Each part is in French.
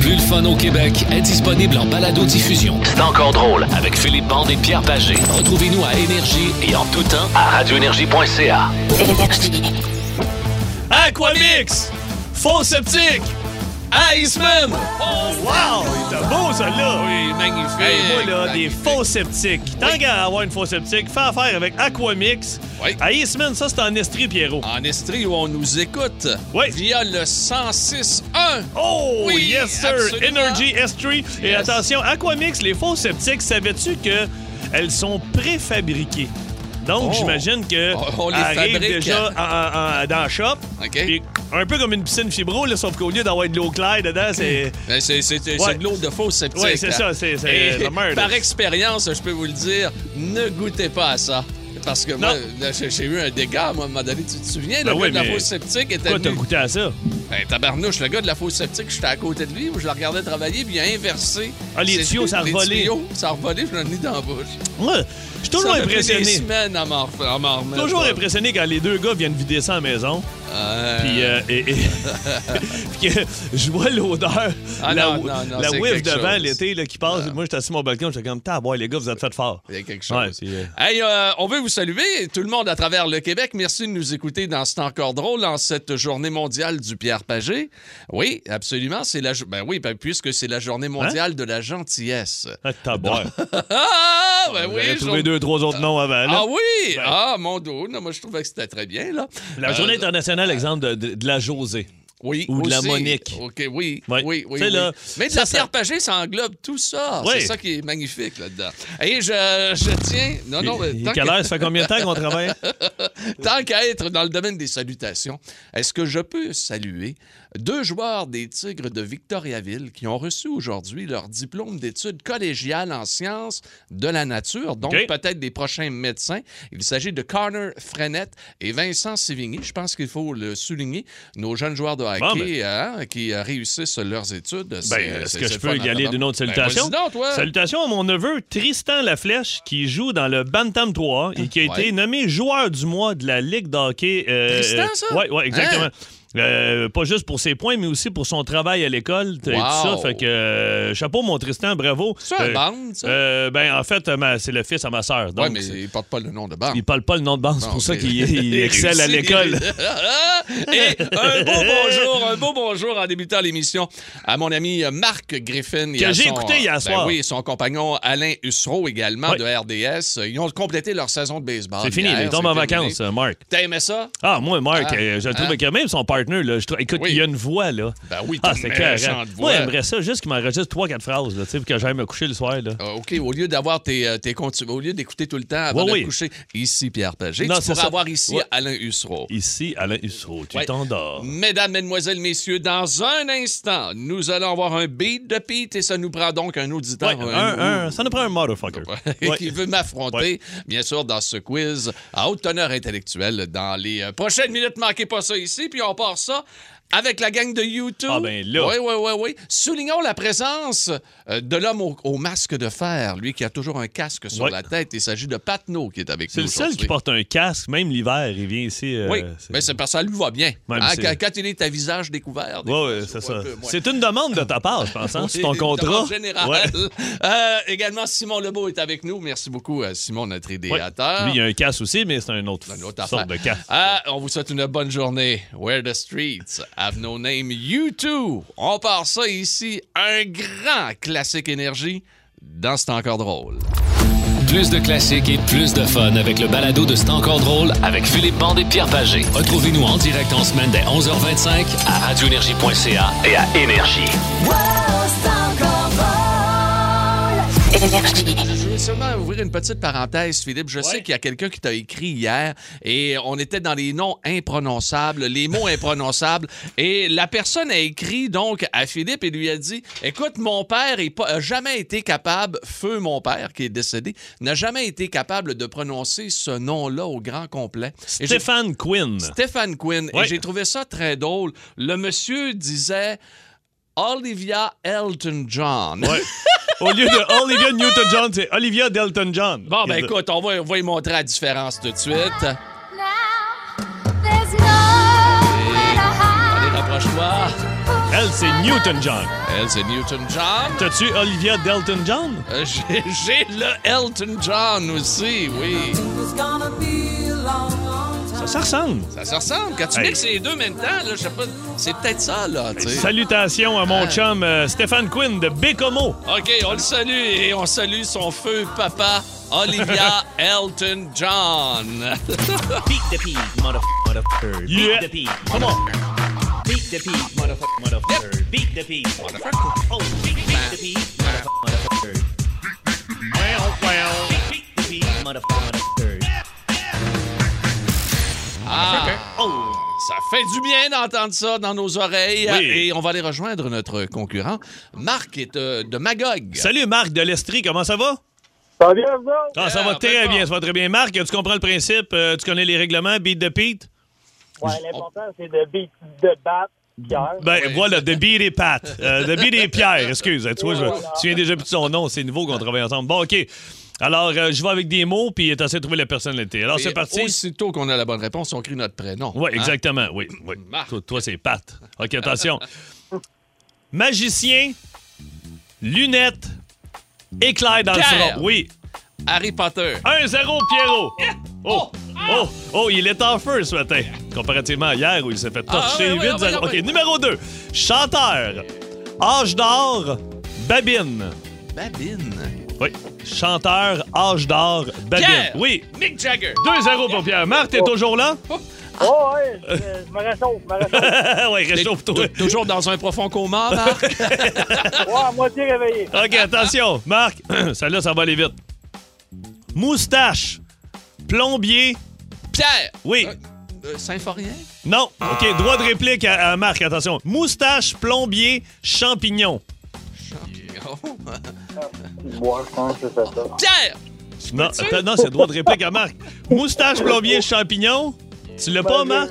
Plus le fun au Québec est disponible en balado-diffusion. C'est encore drôle avec Philippe Bande et Pierre Pagé. Retrouvez-nous à Énergie et en tout temps à radioénergie.ca. Aquamix! Faux septique! Iceman! Oh, wow! Il était beau, celui-là! Oui, magnifique. Hey, moi, là, des magnifique. faux sceptiques. Tant qu'à avoir une faux sceptique, fais affaire avec Aquamix. Oui. À Eastman, ça, c'est en Estrie, Pierrot. En Estrie, où on nous écoute Oui. via le 106.1. Oh, Oui, yes, sir! absolument. Energy Estrie. Et Yes. attention, Aquamix, les faux sceptiques, savais-tu que elles sont préfabriquées? Donc, Oh. j'imagine que On- on les arrivent fabrique. déjà en- en- en- dans le shop. OK. Puis, un peu comme une piscine fibro, là, sauf qu'au lieu d'avoir de l'eau claire dedans, c'est... Ben, c'est c'est- c'est Ouais. de l'eau de faux sceptique. hein. Ouais, c'est ça, c'est- c'est Et la merde. Par expérience, je peux vous le dire, ne goûtez pas à ça. Parce que moi, là, j'ai j'ai eu un dégât, moi, à un moment donné. Tu te souviens, Ben le oui, gars de mais la fausse sceptique était Pourquoi t'as venu- goûté à ça? Ben, tabarnouche, le gars de la fausse sceptique, j'étais à côté de lui, où je le regardais travailler, puis il a inversé. Ah, les ses- tuyaux, ça a les revolé. tuyaux, ça a revolé, je l'ai mis dans la bouche. Moi, je suis toujours ça m'a pris des impressionné. semaines à m'en ref- à m'en remettre. Toujours impressionné quand les deux gars viennent vider ça à la maison. Euh, Puis, euh, et, et- puis que je vois l'odeur, Ah la, non, non, non, la c'est whiff quelque devant chose. Ah. l'été là, qui passe. Moi, j'étais assis sur mon balcon, j'étais comme, t'as boire, les gars, vous êtes fait fort. Il y a quelque Ouais, chose. c'est, euh, Hey, euh, on veut vous saluer, tout le monde à travers le Québec. Merci de nous écouter dans C'est encore drôle en cette journée mondiale du Pierre Pagé. Oui, absolument. C'est la, jo- ben oui, ben, puisque c'est la Hein? journée mondiale de la gentillesse. Ah, t'as boire. Ah, ben J'aurais oui. trouvé jour- deux, trois autres noms avant. là. Ah oui! Ah, mon dos. Non, moi, je trouvais que c'était très bien, là. La Euh, journée internationale, exemple, de, de- de la Josée. oui, ou de la aussi. Monique. OK, oui, Ouais. oui, oui. Tu sais, oui. là, Mais de ça, la ça- Pierre Pagé, ça englobe tout ça. Oui. C'est ça qui est magnifique là-dedans. Et je, je tiens... Non, non, Il- il est tant quelle que- heure? Ça fait combien de temps qu'on travaille? Tant qu'à être dans le domaine des salutations, est-ce que je peux saluer deux joueurs des Tigres de Victoriaville qui ont reçu aujourd'hui leur diplôme d'études collégiales en sciences de la nature, donc OK. peut-être des prochains médecins. Il s'agit de Connor Frenette et Vincent Sévigny. Je pense qu'il faut le souligner. Nos jeunes joueurs de hockey Bon, ben- hein, qui euh, réussissent leurs études. Ben, c'est- est-ce c'est- que c'est je le peux fun, y aller là-dedans. d'une autre Ben, salutation? vas-y donc, toi. Salutations à mon neveu Tristan Laflèche qui joue dans le Bantam 3 et qui a été Ouais. nommé joueur du mois de la Ligue d'hockey. Tristan, ça? Oui, ouais, exactement. Hein? Euh, pas juste pour ses points, mais aussi pour son travail à l'école t- et tout ça. Wow. Fait que euh, chapeau, mon Tristan, bravo. C'est un bande, ça? euh, ben, en fait, euh, ma- c'est le fils à ma sœur. Ouais, Donc, mais c'est- il porte pas le nom de bande. il parle pas le nom de bande, c'est Bon, pour ça c'est- qu'il il excelle à Réussi. l'école. Et un beau bonjour, un beau bonjour en débutant l'émission à mon ami Marc Griffin. et Que à j'ai son- écouté hier ben soir. oui, son compagnon Alain Husseau également Ouais. de RDS. Ils ont complété leur saison de baseball. C'est fini, hier, il tombe en c'est terminé. vacances, euh, Marc. T'as aimé ça? Ah, moi, Marc, Ah, euh, je le trouve ah. quand même son partner. Là, je trou- Écoute, Oui. il a une voix, là. Ben oui, t'as ah, une c'est méchante carrément. voix. Moi, j'aimerais ça juste qu'il m'enregistre 3-4 phrases, là, tu sais, pour que j'aille me coucher le soir, là. Euh, OK, au lieu d'avoir tes, euh, tes comptes- au lieu d'écouter tout le temps avant Oui, de oui. te coucher, ici Pierre Pagé, Non, tu c'est pourras ça. avoir ici Ouais. Alain Husseau. Ici, Alain Husseau, tu Ouais. t'endors. Mesdames, Mesdemoiselles, Messieurs, dans un instant, nous allons avoir un beat de Pete et ça nous prend donc un Ouais, auditeur. un, un- ça nous prend un motherfucker. et Ouais. qui veut m'affronter, Ouais. bien sûr, dans ce quiz à haute teneur intellectuelle dans les euh, prochaines minutes. Manquez pas ça ici, puis on part ça avec la gang de YouTube. Ah, ben là. Oui, oui, oui, oui. Soulignons la présence euh, de l'homme au, au masque de fer, lui qui a toujours un casque sur Ouais. la tête. Il s'agit de Patno qui est avec C'est nous le seul aujourd'hui. qui porte un casque, même l'hiver, il vient ici. euh, Oui, mais c'est parce que ça lui va bien. Ouais, mais Hein, c'est- quand, quand il est à visage découvert. des Ouais, fois, ouais, se c'est voit ça. un peu moins. C'est une demande de ta part, je pense, hein? C'est ton Et- et contrat. en général. Ouais. Euh, également, Simon Lebeau est avec nous. Merci beaucoup, euh, Simon, notre Ouais. idéateur. Lui, il y a un casque aussi, mais c'est un autre, Une autre affaire. sorte de casque. Ah, on vous souhaite une bonne journée. Where the streets have no name, you too. On part ça ici, un grand classique énergie dans C'est encore drôle. Plus de classiques et plus de fun avec le balado de C'est encore drôle avec Philippe Bande et Pierre Pagé. Retrouvez-nous en direct en semaine dès 11h25 à radioénergie.ca et à Énergie. Je voulais seulement ouvrir une petite parenthèse, Philippe. Je sais qu'il y a quelqu'un qui t'a écrit hier et on était dans les noms imprononçables, les mots imprononçables. Et la personne a écrit donc à Philippe et lui a dit Écoute, mon père n'a jamais été capable, feu mon père qui est décédé, n'a jamais été capable de prononcer ce nom-là au grand complet. Et j'ai- Stéphane Quinn. Stéphane Quinn. Ouais. Et j'ai trouvé ça très drôle. Le monsieur disait Olivia Elton John. Ouais. Au lieu de Olivia Newton-John, c'est Olivia Delton-John. Bon, ben écoute, on va, on va y montrer la différence tout de suite. Now there's nowhere to hide. Allez, rapproche-toi. Hey, Elle, c'est Newton-John. Elle, c'est Newton John. T'as-tu Olivia Delton-John? Euh, J'ai j'ai le Elton John aussi, oui. Ça, ça ressemble. Ça se ressemble. Quand tu Hey. mixes les deux en même temps, là, je sais pas, c'est peut-être ça, là, tu sais. Salutations à mon Ah. chum euh, Stéphane Quinn de Bécomo. OK, on le salue et on salue son feu papa, Olivia Elton John. Beat the pig, motherfucker, motherfucker. Yeah. Beat the pig, come on. Beat the pig, motherfucker, motherfucker. Beat the pig, motherfucker. Oh, beat, beat the pig, motherfucker, motherfucker. Beat, beat the pig, motherfucker, motherfucker. Ah, Oh, ça fait du bien d'entendre ça dans nos oreilles. Oui. Et on va aller rejoindre notre concurrent. Marc est euh, de Magog. Salut Marc de l'Estrie, comment ça va? Ça va bien, vous autres? Ah, ça Yeah, va très ben bien, bon. ça va très bien. Marc, tu comprends le principe, euh, tu connais les règlements, beat the Pete? Ouais, l'important, c'est de, beat, de battre Pierre. Ben Oui. voilà, de beat et Pat. Euh, de beat et Pierre, excuse. Tu vois, je me Voilà. souviens déjà plus de son nom, c'est nouveau qu'on travaille ensemble. Bon, OK. Alors, euh, je vais avec des mots, puis t'essaies de trouver la personnalité. Alors, Et c'est parti. Aussitôt qu'on a la bonne réponse, on crie notre prénom. Oui, Hein? exactement, oui. oui. Marc. Toi, toi, c'est Pat. OK, attention. Magicien, lunettes, éclair dans le Pierre. front. Oui. Harry Potter. 1-0, Pierrot. Eh! Oh, oh, oh, il est en feu ce matin. Comparativement à hier où il s'est fait torcher Ah, ouais, ouais, 8-0. ouais, OK, ouais. numéro 2. Chanteur, âge d'or, babine. Babine. Oui. Chanteur, âge d'or, babine. Pierre. Oui. Mick Jagger. 2-0 pour Pierre. Marc, t'es toujours là? Oh, ouais, je, je me réchauffe, je me réchauffe. oui, T'es réchauffe-toi. tou- Toujours dans un profond coma, Marc. Ouais, à moitié réveillé. OK, attention, Marc. Celle-là, ça va aller vite. Moustache. Plombier. Pierre. Oui. Euh, euh, Symphorien. Non. OK, droit de réplique à, à Marc, attention. Moustache, plombier, champignon. Ouais, je pense que c'est ça. Oh. Pierre. Non, attends, non, c'est droit de réplique à Marc. Moustache, plombier, champignon. Tu l'as pas, Marc?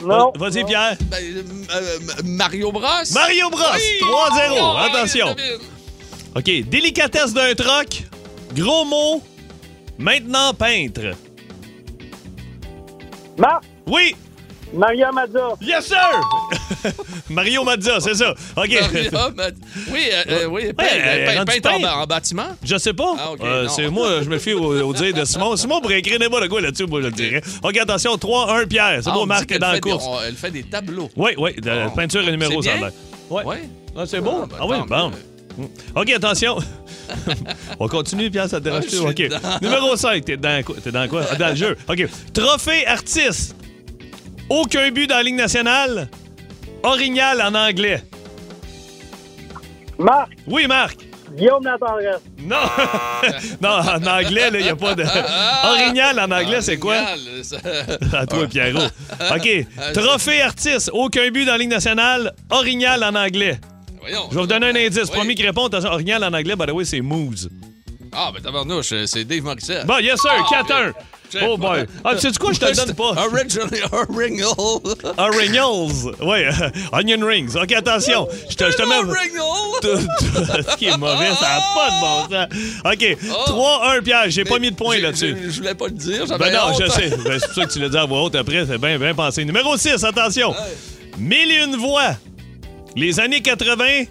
Ben, Non. Vas-y, non. Pierre. Ben, euh, euh, Mario Bros. Mario Bros. Oui. 3-0. Oh, Attention. David. OK, délicatesse d'un troc. Gros mot. Maintenant, peintre. Marc, Oui! Maria Mazza. Yes, sir! Mario Mazza, c'est ça. OK. Mario, ben, oui, euh, euh, oui, peint, euh, peint- rendu peint en, peint. ba- en bâtiment. Je sais pas. Ah, ok, Euh, non. c'est moi, je me fie au, au dire de Simon. Simon pourrait écrire n'importe quoi là-dessus, moi je le dirais. OK, attention, 3-1 Pierre. C'est Ah, on bon, dit Marc est qu'elle dans la fait des- course. on- elle fait des tableaux. Oui, oui, de la Bon. peinture et numéro, C'est ça a bien? l'air. Ouais. Ouais. Ah, c'est beau. Ah, ben, Ah, oui, tant bon. mieux. OK, attention. on continue, Pierre, ça te dérange Ah, euh. je pas? OK. suis dedans. Numéro 5, t'es dans, quoi- t'es dans quoi? Ah, dans le jeu. OK. Trophée artiste. Aucun but dans la Ligue nationale. Orignal en anglais. Marc, Oui, Marc. Guillaume Latendresse. Non, Ah. non, en anglais, il n'y a pas de. Orignal en anglais, c'est quoi? Génial, ça. À toi, Pierrot. Ah. OK. Trophée artiste, aucun but dans la Ligue nationale. Orignal en anglais. Voyons. Je vais vous donner un indice. Oui. Premier qui répond, attention, Orignal en anglais, by the way, c'est Moose. Ah, ben tabarnouche, euh, c'est Dave Morissette. Bon, yes, sir, Ah, 4-1. ok. Oh, boy. Ah, tu sais quoi, je te le donne pas. Originally, original. Orignals. Oui, euh, Onion Rings. OK, attention. Je te je te mets. Original. Ce qui est mauvais, ça n'a pas de bon sens. OK, 3-1, Pierre. J'ai pas mis de points Oh. J'ai- là-dessus. j'ai- Je voulais pas le dire. j'avais Ben non, honte. je sais. Ben, c'est pour ça que tu l'as dit à voix haute après, c'est bien, bien pensé. Numéro 6, attention. Mille et une voix. Les années 80,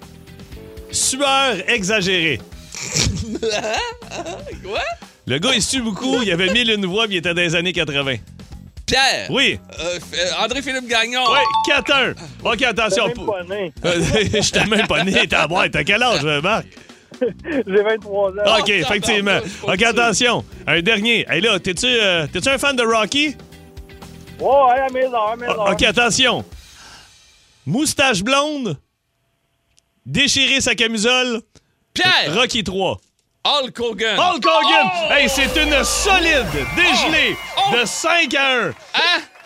sueur exagérée. Quoi? Le gars, il sue beaucoup. Il avait mille et une voix, puis il était dans les années 80. Pierre. Oui. Euh, F- euh, André-Philippe Gagnon. Oui, 4-1. OK, attention. Même pas né. Euh, Je t'ai même pas né, ta boîte. T'as quel âge, euh, Marc? J'ai 23 Oh, ans. OK, effectivement. OK, attention. Un dernier. Hey, là, t'es-tu euh, t'es-tu un fan de Rocky? Ouais, ouais, à mes heures, à mes heures. OK, attention. Moustache blonde, déchirer sa camisole, Pierre. Rocky 3. Hulk Hogan. Hulk Hogan! Hey, c'est une solide dégelée de 5 à 1. Hein?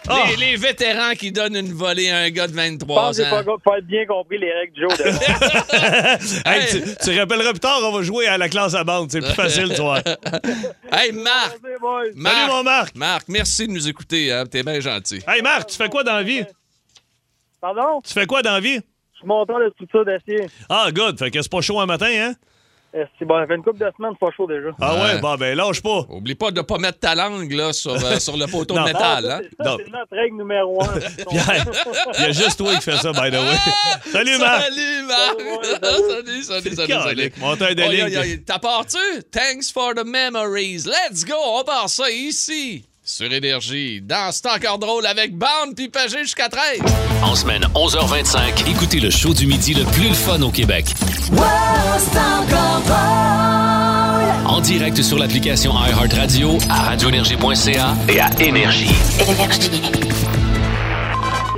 Ah. Les, les vétérans qui donnent une volée à un gars de Je pense que 23 j'ai pas ans. encore- pas bien compris les règles du jeu. de- Hey, Hey. Tu, tu rappelleras plus tard, on va jouer à la classe à bande. C'est plus facile, toi. Hey, Marc. Vas-y, boys. Marc. Salut, mon Marc. Marc, merci de nous écouter. Hein. T'es bien gentil. Hey, Marc, tu fais quoi dans la vie? Pardon? Tu fais quoi dans la vie? Je suis monteur de structure d'acier. Ah, good. Fait que c'est pas chaud un matin, hein? Esti, bon, ça fait une couple de semaines, pas chaud déjà. Ah ouais, Ouais. bon, ben lâche pas. Oublie pas de pas mettre ta langue là, sur, euh, sur le poteau de Non. Ah, métal. ça, Hein? c'est- ça, Non. c'est notre règle numéro un. Ils Il y, sont- a, il y a juste toi qui fais ça, by the way. Salut, Marc! Oh, Salut, Marc! Salut, salut, salut, salut. Calique, monteur de Aïe, ligne. aïe, aïe. T'as part-tu? Thanks for the memories. Let's go! On part ça ici, sur Énergie, dans C'est encore drôle avec Bande puis Pagé jusqu'à 13. Oh, En semaine 11h25, écoutez le show du midi le plus le fun au Québec. En direct sur l'application iHeartRadio, à radioénergie.ca et à Énergie.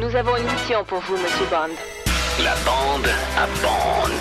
Nous avons une mission pour vous, Monsieur Bond. La bande à bande.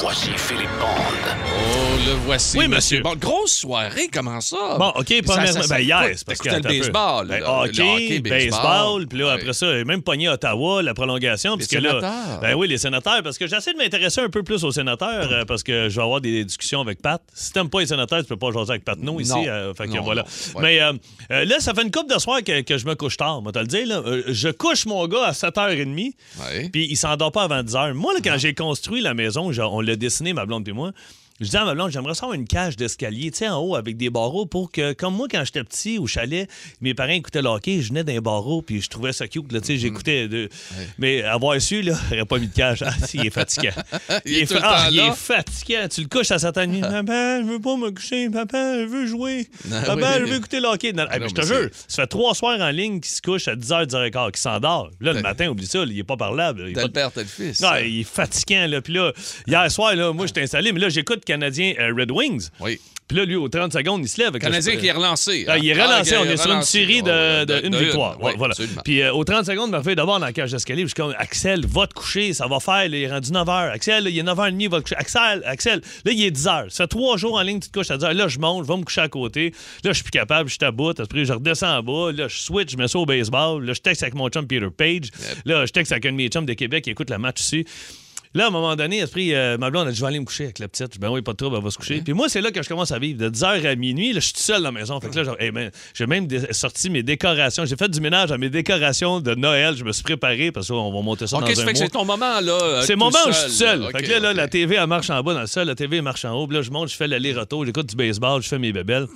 Voici Philippe Bande. Oh, le voici. Oui, monsieur. Bon, grosse soirée, comment ça? Bon, OK, Ça, premièrement, ça, ça ben hier, coûte. c'est parce que... T'écoutais attends le un peu. baseball. Ben, là, hockey, le hockey, baseball, puis là, après ça, même pogné Ottawa, la prolongation. parce que là- sénateurs. ben oui, les sénateurs, parce que j'essaie de m'intéresser un peu plus aux sénateurs, euh, parce que je vais avoir des discussions avec Pat. Si t'aimes pas les sénateurs, tu peux pas jaser avec Pat Patnaud ici. Non. euh, fait que Non, voilà. non, ouais. Mais euh, euh, là, ça fait une coupe de soir que, que je me couche tard, moi, te le dire. là. Euh, je couche mon gars à 7h30, Ouais. puis il s'endort pas avant 10h. Moi, là, quand j'ai construit la maison, genre, on l'a dessiné, ma blonde et moi, je dis à ma blonde, j'aimerais ça avoir une cage d'escalier, tu sais, en haut, avec des barreaux pour que, comme moi, quand j'étais petit au chalet, mes parents écoutaient le hockey, je venais d'un barreau, puis je trouvais ça cute, là, Mm-hmm. tu sais, j'écoutais. de- Mais avoir su, là, j'aurais pas mis de cage. Ah, si, il est fatiguant. Il est tout le fa- ah, temps il là. est fatiguant. Tu le couches à certaines nuits. Papa, je veux pas me coucher. Papa, je veux jouer. Papa, oui. je veux écouter le hockey. Non, non, Ah hey, non, puis je te mais jure, ça fait trois soirs en ligne qu'il se couche à 10h, 10h15, qu'il s'endort. Là, le matin, oublie ça, il est pas parlable. Il est T'as pas- le père, t'as le fils. non, il est fatigant. Là. Puis là, hier soir, là, moi, j'étais installé, mais là, j'écoute Canadien euh, Red Wings. Oui. Puis là, lui, aux 30 secondes, il se lève. Fait que là, Canadien je- qui est relancé. Ah, il est Ah, relancé, ok, on est sur une relancé. Oh, série de, Ouais, de- une victoire. Ouais, Oui, voilà. absolument. Puis euh, aux 30 secondes, je me réveille d'abord dans la cage d'escalier. puis Je suis comme Axel, va te coucher, ça va faire. là, il est rendu 9h. Axel, là, il est 9h30, va te coucher. Axel, Axel, là, il est 10h. Ça fait trois jours en ligne, tu te couches à 10h. Là, je monte, je vais me coucher à côté. Là, je suis plus capable, je suis à bout. Après, je redescends en bas. Là, je switch, je mets ça au baseball. Là, je texte avec mon chum Peter Page. Là, je texte avec un de mes chums de Québec qui écoute la match aussi. Là, à un moment donné, esprit, euh, ma blonde a dit Je vais aller me coucher avec la petite. Je dis, Ben oui, pas de trouble, elle va se coucher. Puis moi, c'est là que je commence à vivre. De 10h à minuit, là, je suis tout seul dans la maison. Fait que là, j'ai- hey, man, j'ai même dé- sorti mes décorations. J'ai fait du ménage à mes décorations de Noël. Je me suis préparé parce qu'on va monter ça OK, dans ça un fait que mois. c'est ton moment, là. euh, C'est le tout moment où je suis tout seul. là. fait que OK, là, là, OK. la TV, elle marche en bas dans le sol. La TV elle marche en haut. Puis là, je monte, je fais l'aller-retour. J'écoute du baseball, je fais mes bébelles.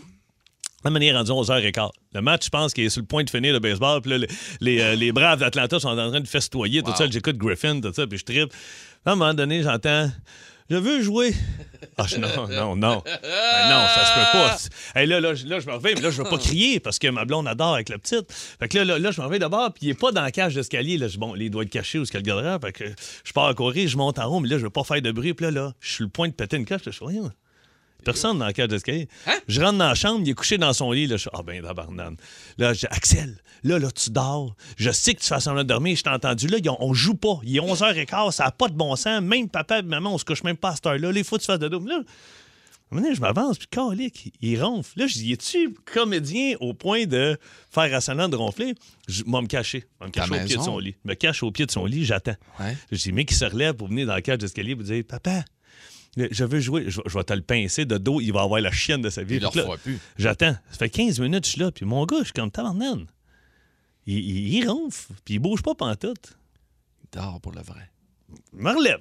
La manière rendu 11h15. Le match, je pense, qu'il est sur le point de finir le baseball. Puis là, les, les, euh, les Braves d'Atlanta sont en train de festoyer. Tout ça, j'écoute Griffin, tout ça, puis je tripe. À un moment donné, j'entends Je veux jouer. Ah, je- non, non, non. Ben non, ça se peut pas. Hey, là, là, je- là, je me réveille, mais là, je veux pas crier parce que ma blonde adore avec la petite. Fait que là, là, là, je me réveille d'abord, puis il est pas dans la cage d'escalier. Là, Je- bon, il doit être caché ou ce qu'elle gardera. Fait que je pars à courir, je monte en haut, mais là, je veux pas faire de bruit. Puis là, là, je suis le point de péter une coche. là, Je suis rien. Personne dans la cage d'escalier. Je rentre dans la chambre, il est couché dans son lit. Là, je suis, ah ben, tabarnane. Là, je dis, Axel, là, là, tu dors. Je sais que tu fais semblant de dormir, je t'ai entendu. Là, ils ont- on joue pas. Il est 11h15, ça n'a pas de bon sens. Même papa et maman, on se couche même pas à cette heure-là. Là, il faut que tu fasses de dos. Là, un moment donné, je m'avance, puis calique, il ronfle. Là, je dis, es-tu comédien au point de faire assemblant de ronfler? Je vais me cacher. Je vais me cacher au pied de maison. son lit. Je me cache au pied de son lit, j'attends. Ouais. Je dis, mais qui se relève pour venir dans la cage d'escalier vous dire, papa, euh, je veux jouer, je, je vais te le pincer de dos, il va avoir la chienne de sa vie. Il le Fait que là, refera plus. J'attends. Ça fait 15 minutes, je suis là, puis mon gars, je suis comme tabarnane. Il, il, il ronfle, puis il bouge pas pantoute. Dors pour le vrai. Je me relève.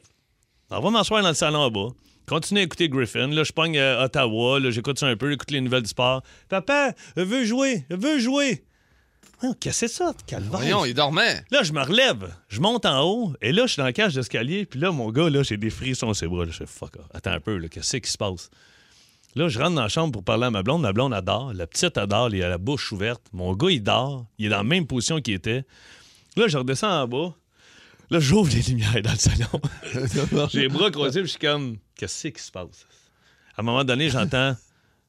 Alors, va m'asseoir dans le salon en bas. Continue à écouter Griffin. Là, je pogne à Ottawa. Là, j'écoute ça un peu, j'écoute les nouvelles du sport. Papa, je veux jouer, je veux jouer. Voyons, Qu'est-ce que c'est ça, calvaire? Voyons, il dormait. Là, je me relève, je monte en haut, et là, je suis dans la cage d'escalier, puis là, mon gars, là, j'ai des frissons sur ses bras. Là, je fais fuck off. Attends un peu, là, qu'est-ce qui se passe? Là, je rentre dans la chambre pour parler à ma blonde. Ma blonde adore. La petite adore. Il a la bouche ouverte. Mon gars, il dort. Il est dans la même position qu'il était. Là, je redescends en bas. Là, j'ouvre les lumières dans le salon. j'ai les bras croisés, puis je suis comme, qu'est-ce qui se passe? À un moment donné, j'entends,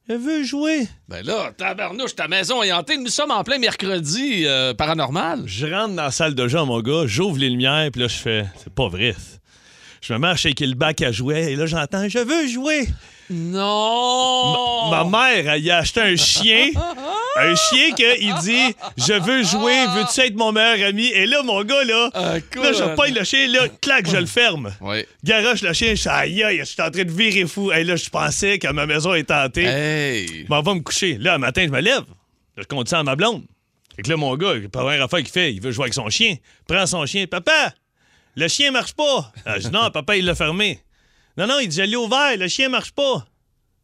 je veux jouer. Ben là, tabarnouche, ta maison est hantée. Nous sommes en plein mercredi euh, paranormal. Je rentre dans la salle de jeu, à mon gars, j'ouvre les lumières, puis là, je fais, c'est pas vrai. Je me mets à shaker le bac à jouer, et là, j'entends, je veux jouer. Non! Ma mère, elle y a acheté un chien. un chien qu'il dit, je veux jouer, veux-tu être mon meilleur ami? Et là, mon gars, là, Ah, cool. là, je pogne le chien, là, clac, je le ferme. Oui. Garoche le chien, je suis, aïe, aïe, je suis en train de virer fou. Et là, je pensais que ma maison est tentée. Hey! Je m'en vais Ben, me coucher. Là, le matin, je me lève. Là, je compte ça à ma blonde. Fait que là, mon gars, la première affaire qu'il fait, il veut jouer avec son chien. Prends son chien. Papa, le chien marche pas. Ah, je dis non, papa, il l'a fermé. Non, non, il dit, je l'ai ouvert, le chien marche pas.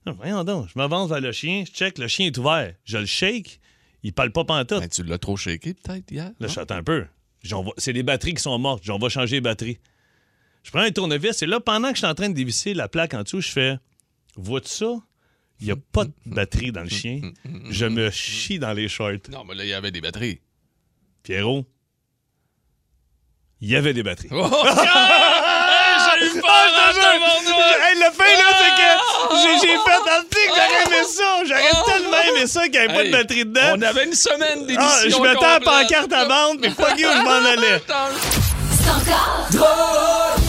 Ah, Voyons donc, je m'avance vers le chien, je check, le chien est ouvert. Je le shake, il parle pas pantoute. Ben, tu l'as trop shaké, peut-être, hier. non? Là, j'attends un peu. J'envoie- C'est les batteries qui sont mortes. J'en vais changer les batteries. Je prends un tournevis et là, pendant que je suis en train de dévisser la plaque en dessous, je fais Vois-tu ça? Il n'y a pas de batterie dans le chien. Je me chie dans les shorts. Non, mais là, il y avait des batteries. Pierrot, il y avait des batteries. Ah, Oh, J'ai eu peur de ce monde-là! Hey, le fait, là, c'est que j'ai- Ah! j'ai fait un petit que j'aurais aimé ça. J'aurais tellement aimé ça qu'il n'y avait pas de Hey, batterie dedans. On avait une semaine d'émission. Ah, je mettais la complète. Ah, pancarte à vendre, mais fuck you, je m'en allais.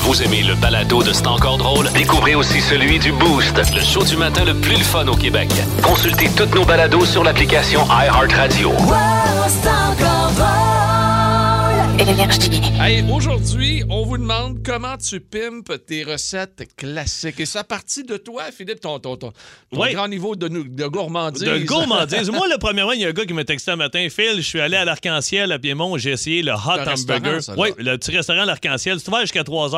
Vous aimez le balado de C'est encore drôle? Découvrez aussi celui du Boost, le show du matin le plus le fun au Québec. Consultez toutes nos balados sur l'application iHeartRadio. Hey, aujourd'hui, on vous demande comment tu pimpes tes recettes classiques. Et ça partit de toi, Philippe, ton, ton, ton, ton Ouais. grand niveau de, nou- de gourmandise. De gourmandise. Moi, le premièrement, il y a un gars qui m'a texté un matin. Phil, je suis allé à l'Arc-en-Ciel à Piémont. J'ai essayé le hot un restaurant, hamburger. ça, là. Oui, le petit restaurant L'Arc-en-Ciel. C'est ouvert jusqu'à 3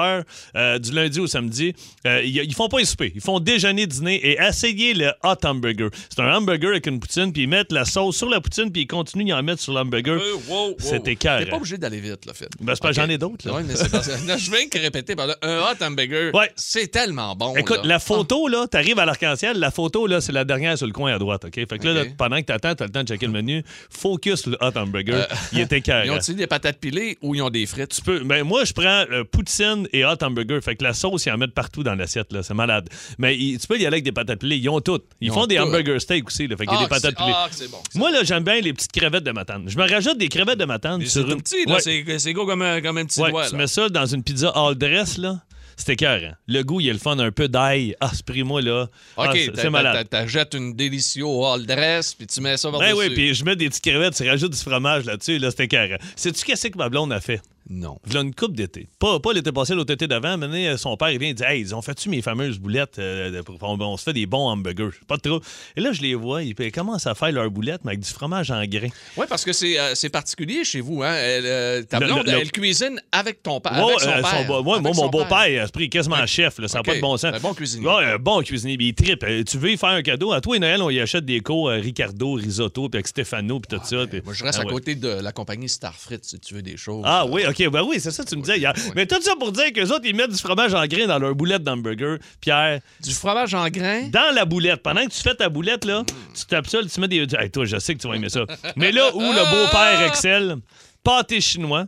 h du lundi au samedi. Euh, ils, ils font pas les soupers. Ils font déjeuner, dîner et essayer le hot hamburger. C'est un hamburger avec une poutine, puis ils mettent la sauce sur la poutine, puis ils continuent d'y en mettre sur l'hamburger. Euh, wow, wow. C'était carré. T'es pas obligé d'aller vite, là, Philippe. Ben, c'est pas- Ok. j'en ai d'autres, là. Ouais, mais c'est parce que- Non, je viens que répéter. par là. Un hot hamburger, Ouais. c'est tellement bon. Écoute, là. la photo, là, t'arrives à l'arc-en-ciel, la photo, là, c'est la dernière sur le coin à droite, OK? Fait que là, OK. là, pendant que t'attends, t'as le temps de checker le menu. Focus sur le hot hamburger. il était carré. Euh, Ah. Ils ont-ils des patates pilées ou ils ont des frites? Tu peux. Ben, moi, je prends euh, poutine et hot hamburger. Fait que la sauce, ils en mettent partout dans l'assiette. là. C'est malade. Mais ils- tu peux y aller avec des patates pilées. Ils ont toutes. Ils, Ils font ont des tout. hein. hamburger steak aussi. Là. Fait qu'il y a Ah, des patates c'est- pilées. ah, c'est bon. moi, là, j'aime bien les petites crevettes de matane. Je me rajoute des crevettes de matane sur C'est une. tout petit, là. Ouais. C'est c'est gros comme un, comme un petit Ouais, doigt. tu là. mets ça dans une pizza all dress, là. C'était écœurant. Le goût, il y a le fun un peu d'ail. Ah, ce primo, là. Ah, OK, c'est- t'as- c'est t'as- malade. t'as- t'achètes une délicieuse all dress, puis tu mets ça Ouais, par-dessus. Ben oui, puis je mets des petites crevettes, tu rajoutes du fromage là-dessus, là, c'était carré. Sais-tu qu'est-ce que ma blonde a fait? Non. V'là une coupe d'été. Pas, pas l'été passé, l'autre été d'avant. Maintenant, euh, son père, il vient, il dit Hey, ils ont fait-tu mes fameuses boulettes euh, de- pour- on, on se fait des bons hamburgers. Pas de trop. Et là, je les vois, ils, ils commencent à faire leurs boulettes, mais avec du fromage en grain. Oui, parce que c'est euh, c'est particulier chez vous. Hein? Elle, euh, ta Le- blonde, le- le- elle cuisine avec ton père. Ouais, Ah, avec son euh, père. son bo- ouais, Avec moi, son mon beau-père, il a pris quasiment chef. Là, ça n'a OK. pas de bon sens. Un bon cuisinier. Ouais, un bon cuisinier. puis Il tripe. Euh, Tu veux y faire un cadeau? À toi et Noël, on y achète des cours euh, Ricardo, Risotto, puis avec Stefano, puis tout ça. puis- ben, Moi, je reste Ah, à ouais. côté de la compagnie Starfrit si tu veux des choses. Ah oui, OK. Ben oui, c'est ça que tu me disais hier. Mais tout ça pour dire qu'eux autres, ils mettent du fromage en grain dans leur boulette d'hamburger. Pierre, Du fromage en grains. dans la boulette, pendant que tu fais ta boulette, là, tu tapes ça, tu mets des... Hey, toi, je sais que tu vas aimer ça. Mais là où le Ah! beau-père excelle, pâté chinois,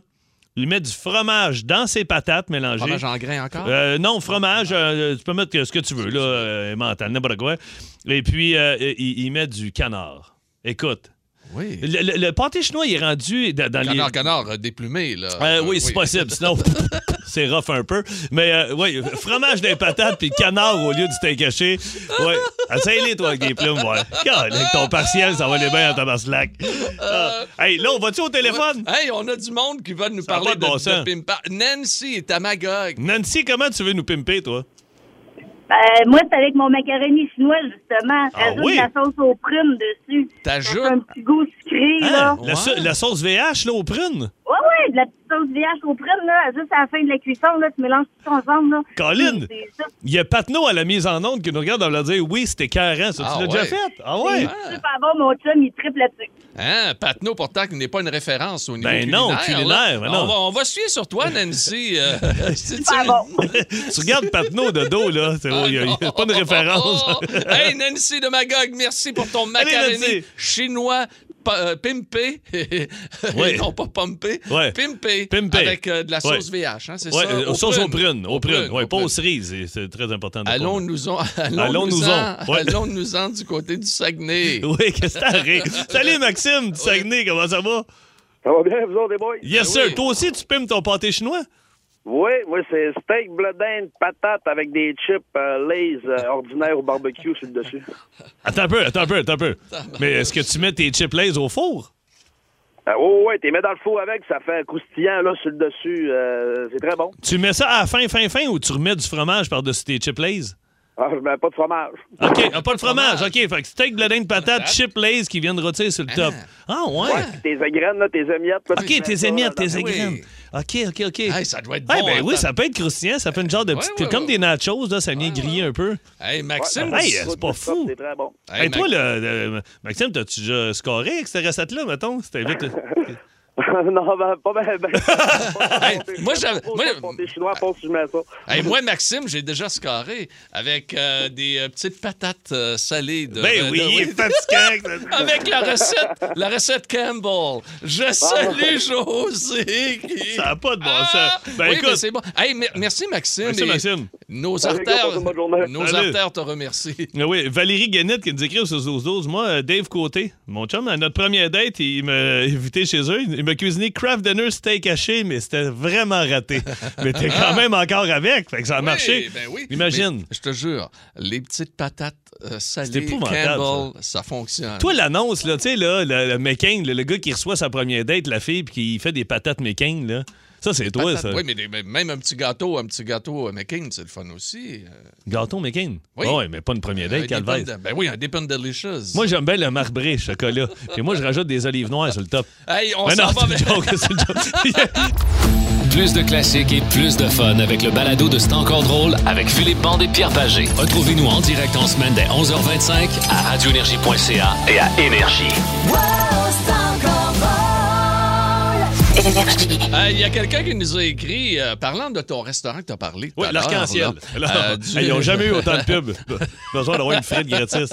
il met du fromage dans ses patates mélangées. Fromage en grains encore. Euh, non, fromage, euh, tu peux mettre ce que tu veux, là, euh, mental, n'importe quoi. Et puis, euh, il, il met du canard. Écoute, oui. le, le- le pâté chinois, il est rendu dans, dans Euh, les... Canard, canard, euh, déplumé, là. Euh, oui, c'est possible. Sinon, c'est rough un peu. Mais euh, oui, fromage des patates puis canard au lieu du steak haché. Oui, essaye-les, toi, avec des plumes. Ouais. God, avec ton partiel, ça va aller bien en tabaslac. Ah. Hey, là, on va-tu au téléphone? Hey, on a du monde qui va nous Ça a parler pas de bon de, sens. de pimpa. Nancy est à Magog. Nancy, comment tu veux nous pimper, toi? Ben, moi, c'est avec mon macaroni chinois, justement. Ah Rajoute oui? la sauce aux prunes dessus. T'ajoutes- Ça fait un petit goût sucré, là. Hein? La, so- Ouais. la sauce VH, là, aux prunes? Ouais, ouais, de la petite sauce vierge aux prunes, là. Juste à la fin de la cuisson, là, tu mélanges tout ensemble, là. Colin! C'est ça, Il y a Patnaud à la mise en onde qui nous regarde, on va dire oui, c'était carré. Ah Ça, tu l'as ouais. déjà fait? Ah ouais? c'est super bon, mon chum, il triple là-dessus. Hein, Patnaud, pourtant, qui n'est pas une référence au niveau Ben culinaire. non, là. culinaire, ben on, non. va, on va se fier sur toi, Nancy. euh, c'est- Super bon. tu regardes Patnaud de dos, là. C'est oh, il y a- il y a pas de référence. Ah Oh, hey, Nancy de Magog, merci pour ton Allez, macaroni Nancy. chinois pa- euh, pimpé. Ouais. non, pas pompé. Ouais. Pimpé. Pimpé. Avec euh, de la sauce VH, hein, c'est Ouais, ça? euh, Aux sauce aux prunes. prunes, aux prunes, ouais, aux pas prunes. aux cerises, et c'est très important. de pas- Allons-nous-en Allons-nous-en. allons-nous-en- Ouais. allons-nous-en du côté du Saguenay. Oui, qu'est-ce que t'as ri? Salut Maxime du Saguenay, comment ça va? Ça va bien, vous autres, les boys? Yes Ben sir, oui. toi aussi tu pimes ton pâté chinois? Oui, moi, c'est steak, blé d'Inde, patate avec des chips euh, Lays euh, ordinaires au barbecue sur le dessus. Attends un peu, attends un peu, attends un peu. Mais est-ce que tu mets tes chips lays au four? Euh, oh, ouais, t'es mets dans le four avec, ça fait croustillant, là, sur le dessus. euh, c'est très bon. Tu mets ça à la fin, fin, fin ou tu remets du fromage par-dessus tes chips lays? Ah, je mets pas de fromage. OK, ah, pas de fromage. OK, fait que steak, bledin de patate, Patate. chip lays qui viennent rôtir sur le top. Ah, ouais. Puis Tes graines, là, tes émiettes. là, tu OK, mets tes ça, émiettes, là, tes oui. égraines. OK, OK, OK. Hey, ça doit être Eh bon, ben oui, attends. ça peut être croustillant. Ça fait une genre de Ouais, petite. ouais, comme ouais. des nachos, là, ça vient griller un peu. Hey, dans- Maxime, Ouais, Hey, dans- c'est pas dans- fou. C'est très bon. Hey, toi, Max- là, euh, Maxime, t'as-tu déjà scoré avec cette recette-là, mettons? C'était Ben vite. non, ben, pas bien. Ben, Hey, moi, j'avais- moi, Les Chinois pensent que je mets ça. Hey, moi, Maxime, j'ai déjà scarré avec euh, des euh, petites patates euh, salées. De, ben de- oui, il oui. est fatigant. Avec la recette, la recette Campbell. Je salue José. qui- Ça n'a pas de bon Ah! sens. Ben oui, mais écoute, c'est bon. Hey, me- merci Maxime. Merci, et Maxime. Nos Salut, gars, artères, passez une bonne journée. nos Salut. artères te remercient. Ah Oui, Valérie Guénette qui nous écrit au 12-12. Moi, euh, Dave Côté, mon chum, à notre première date, il m'a invité chez eux. Il m'a cuisiné craft dinner steak haché, mais c'était vraiment raté. mais t'es quand même encore avec. Fait que ça a marché. Oui, ben oui. Imagine. Mais je te jure, les petites patates euh, salées épouvantable, Campbell, ça, fonctionne. Toi, l'annonce, là, tu sais, là, le, le McCain, le, le gars qui reçoit sa première date, la fille, puis qui fait des patates McCain, là. Ça, c'est toi, Patates, ça. Oui, mais des- mais même un petit gâteau, un petit gâteau euh, McCain, c'est le fun aussi. Euh, Gâteau McCain. Ah Oui. Ouais, mais pas une première date, un Calvaire. Dippin' de- ben oui, un Dippin' Delicious. Moi, j'aime bien le marbré, chocolat. Et moi, je rajoute des olives noires sur le top. hey, on mais non, s'en va. c'est une joke, c'est une joke. Plus de classiques et plus de fun avec le balado de C'est encore drôle avec Philippe Bande et Pierre Pagé. Retrouvez-nous en direct en semaine dès 11h25 à radioénergie.ca et à Énergie. Euh, Il y a quelqu'un qui nous a écrit, euh, parlant de ton restaurant que tu as parlé. tout Oui, à l'heure, l'arc-en-ciel. là. Alors, Euh, du- hey, ils n'ont jamais eu autant de pubs. Be- Besoin d'avoir une frite gratis.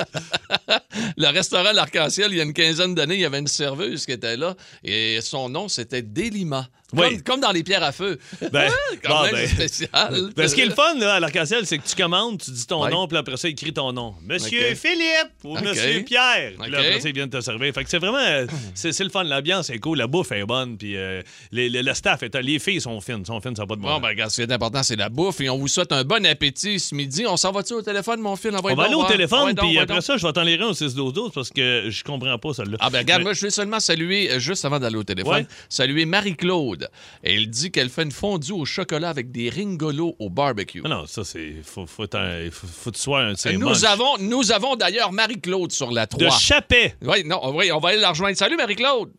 Le restaurant L'Arc-en-Ciel, il y a une quinzaine d'années, il y avait une serveuse qui était là et son nom, c'était Delima. Comme, Oui. comme dans les pierres à feu. Ah, Ben, Quand bon, même ben. spécial. Ben, ce qui est le fun là, à l'arc-en-ciel, c'est que tu commandes, tu dis ton Ouais. nom, puis après ça, il crie ton nom. Monsieur Ok. Philippe ou Ok. Monsieur Pierre. Puis Là, Ok. après ça, ils viennent te servir. Fait que c'est vraiment. euh, C'est c'est le fun. L'ambiance est cool. La bouffe est bonne. Puis euh, les- le, le staff est. Les filles sont fines. sont fines, ça n'a pas de Bon, bon. ben, sens. regarde, ce qui est important, c'est la bouffe. Et on vous souhaite un bon appétit ce midi. On s'en va-tu au téléphone, mon fils? On va aller au téléphone, puis après ça, je vais t'en lire un au 6-12-12 parce que je comprends pas celle-là. Ah ben regarde, Mais- moi je vais seulement saluer, euh, juste avant d'aller au téléphone, Ouais. saluer Marie-Claude. Elle dit qu'elle fait une fondue au chocolat avec des ringolos au barbecue. Ah non, ça, c'est. Faut, faut, t'en- faut, faut que tu sois un. de ces Nous munchs. avons, nous avons d'ailleurs Marie-Claude sur la De 3. Chapet. Oui, non, oui, on va aller la rejoindre. Salut Marie-Claude.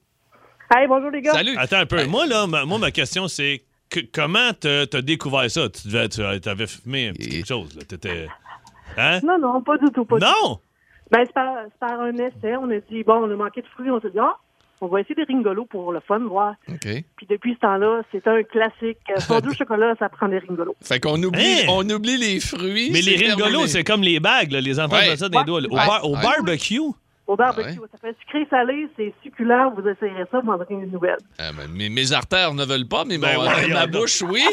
Hey, bonjour les gars. Salut. Attends un peu. Moi, là, ma, moi, ma question, c'est que- comment t'as t'as découvert ça? Tu devais, tu avais fumé un petit quelque chose, là. T'étais. Hein? Non, non, pas du tout, pas du tout. Non! Ben, c'est par, c'est par un essai. On a dit, bon, on a manqué de fruits. On s'est dit, ah, on va essayer des ringolos pour le fun, voir. OK. Puis depuis ce temps-là, c'est un classique. Euh, Fondue au chocolat, ça prend des ringolos. Fait qu'on oublie, Hein? on oublie les fruits. Mais les c'est ringolos, terminé. c'est comme les bagues, là. Les enfants Ouais. font ça dans les doigts. là. Au, Ouais. bar- au Ouais. barbecue? Au barbecue, Ah ça fait sucré-salé, c'est succulent. Vous essayerez ça, vous en aurez une nouvelle. Ah, ben, mes, mes artères ne veulent pas, mais Ben mon- ouais, ma regarde. bouche, oui.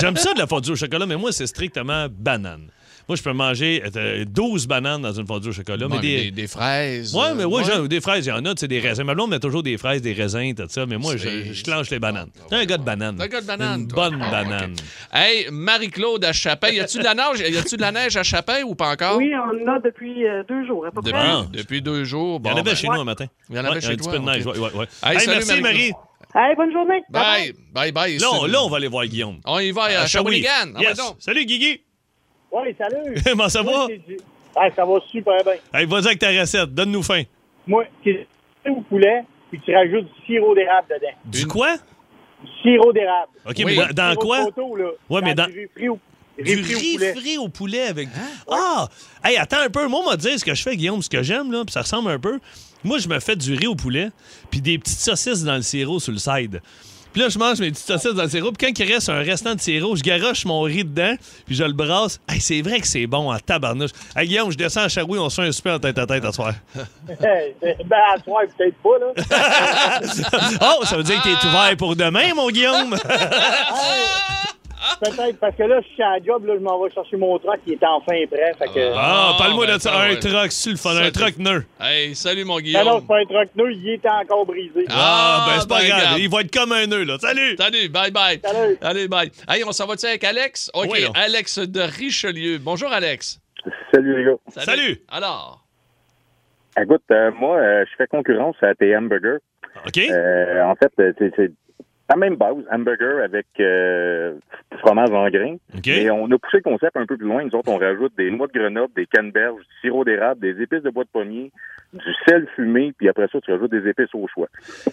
J'aime ça de la fondue au chocolat, mais moi, c'est strictement banane. Moi, je peux manger euh, 12 bananes dans une fondue au chocolat, Non, mais des. fraises. Ouais, mais ouais, euh, genre, des fraises, il y en a, tu sais, des raisins. Ma blonde met toujours des fraises, des raisins, tout ça, mais moi, je, C'est- je clenche les bananes. Ah, T'es un ouais, gars de ouais. banane. T'es un gars de banane, Une toi. bonne Ah, ok. banane. Hey, Marie-Claude à Chapin, y a-tu de la neige? Y a-tu de la neige à Chapin ou pas encore? Oui, on en a depuis euh, deux jours, à peu Depuis, près. Ah. depuis deux jours. Il y en bon, avait ben, chez nous un matin. Il y en avait Ouais, chez un toi, petit peu de neige. ok. ouais, ouais, ouais. Hey, Hey, salut, merci, Marie. Marie-Claude. Hey, bonne journée. Bye, bye, bye. Là, on, c'est- là, on va aller voir Guillaume. On y va à, À Shawinigan. Shawinigan. Ah, Yes. ben donc. Salut, Guigui. Oui, salut. Comment ça va? Moi, c'est du- Ah, ça va super bien. Hey, vas-y avec ta recette. Donne-nous faim. Moi, c'est du poulet, puis tu rajoutes du sirop d'érable dedans. Du Une- quoi? Du sirop d'érable. OK, Oui. mais dans, dans Sirop de quoi? poteau, là. Ouais, mais dans- Du riz frit au, Du riz frit au riz poulet. frit au poulet avec. Ah! Hey, attends un peu. Moi, on m'a dit ce que je fais, Guillaume, ce que j'aime, là, puis ça ressemble un peu. Moi, je me fais du riz au poulet, puis des petites saucisses dans le sirop sur le side. Puis là, je mange mes petites saucisses dans le sirop. Puis quand il reste un restant de sirop, je garoche mon riz dedans, puis je le brasse. Hey, c'est vrai que c'est bon en tabarnouche. Hey, Guillaume, je descends à Charoui, on se fait un super en tête à tête à soir. ben, à soir, peut-être pas, là. oh, ça veut dire que t'es ouvert pour demain, mon Guillaume. Peut-être, parce que là, je suis à la job, là, je m'en vais chercher mon truck, il est enfin prêt, fait que... Ah, Ah, parle-moi ben, de ça. ça, Un ouais. truck, sur le fun, Ça, un t'es- truck neuf. Hey, salut, mon Guillaume. Ben non, c'est pas un truck neuf, il est encore brisé. Ah, ben c'est pas ben, grave. regarde. Il va être comme un nœud, là. Salut! Salut, bye bye. Salut. Allez, bye. Hey, on s'en va-tu avec Alex? OK, Oui, là. Alex de Richelieu. Bonjour, Alex. Salut les gars. Ah, Salut. Alors, Écoute, euh, moi, euh, je fais concurrence à tes hamburgers. OK? Euh, en fait, euh, c'est- c'est la même base, hamburger avec euh, fromage en grains. OK. Et on a poussé le concept un peu plus loin. Nous autres, on rajoute des noix de Grenoble, des canneberges, du sirop d'érable, des épices de bois de pommier, du sel fumé, puis après ça, tu rajoutes des épices au choix.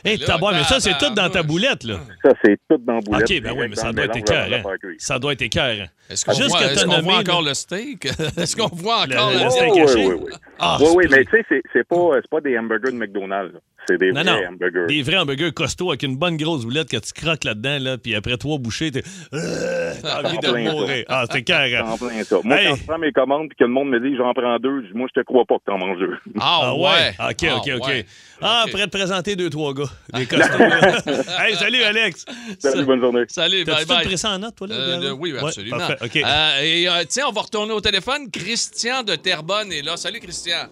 Hé, Là, tabarnak, mais ça, c'est tout dans ta tabarnouche. boulette, là. Ça, c'est tout dans la boulette. OK, ben oui, mais direct dans ça le doit mélange avant être de écœurant. la faire cuire. Ça doit être écœurant. Est-ce qu'on Juste voit, que est-ce t'as qu'on voit nommé, encore là. le steak? Est-ce qu'on voit encore Le- la le Oui, steak viande? oui, haché? oui, oui. Ah, oui, oui, c'est- mais tu sais, c'est- c'est pas, c'est pas des hamburgers de McDonald's. là. C'est des Non, non. vrais hamburgers. Des vrais hamburgers costauds avec une bonne grosse boulette que tu croques là-dedans, là, puis après trois bouchées, t'es. Euh, T'as envie de plein ça. mourir. Ah, c'est écœurant. En plein ça. Moi, Hey. quand je prends mes commandes puis que le monde me dit j'en prends deux, je dis, moi, je te crois pas que t'en manges deux. Ah ouais? OK, Ah OK, OK. ouais. Ah, OK. prêt de présenter deux, trois gars. Des costauds. là. hey, salut, Alex. Salut, bonne journée. Salut, T'as-tu bye tout bye. pris ça en note, toi, là? Euh, Gérard? de- oui, Ouais, absolument. parfait. OK. Euh, et euh, tiens, on va retourner au téléphone. Christian de Terrebonne est là. Salut, Christian.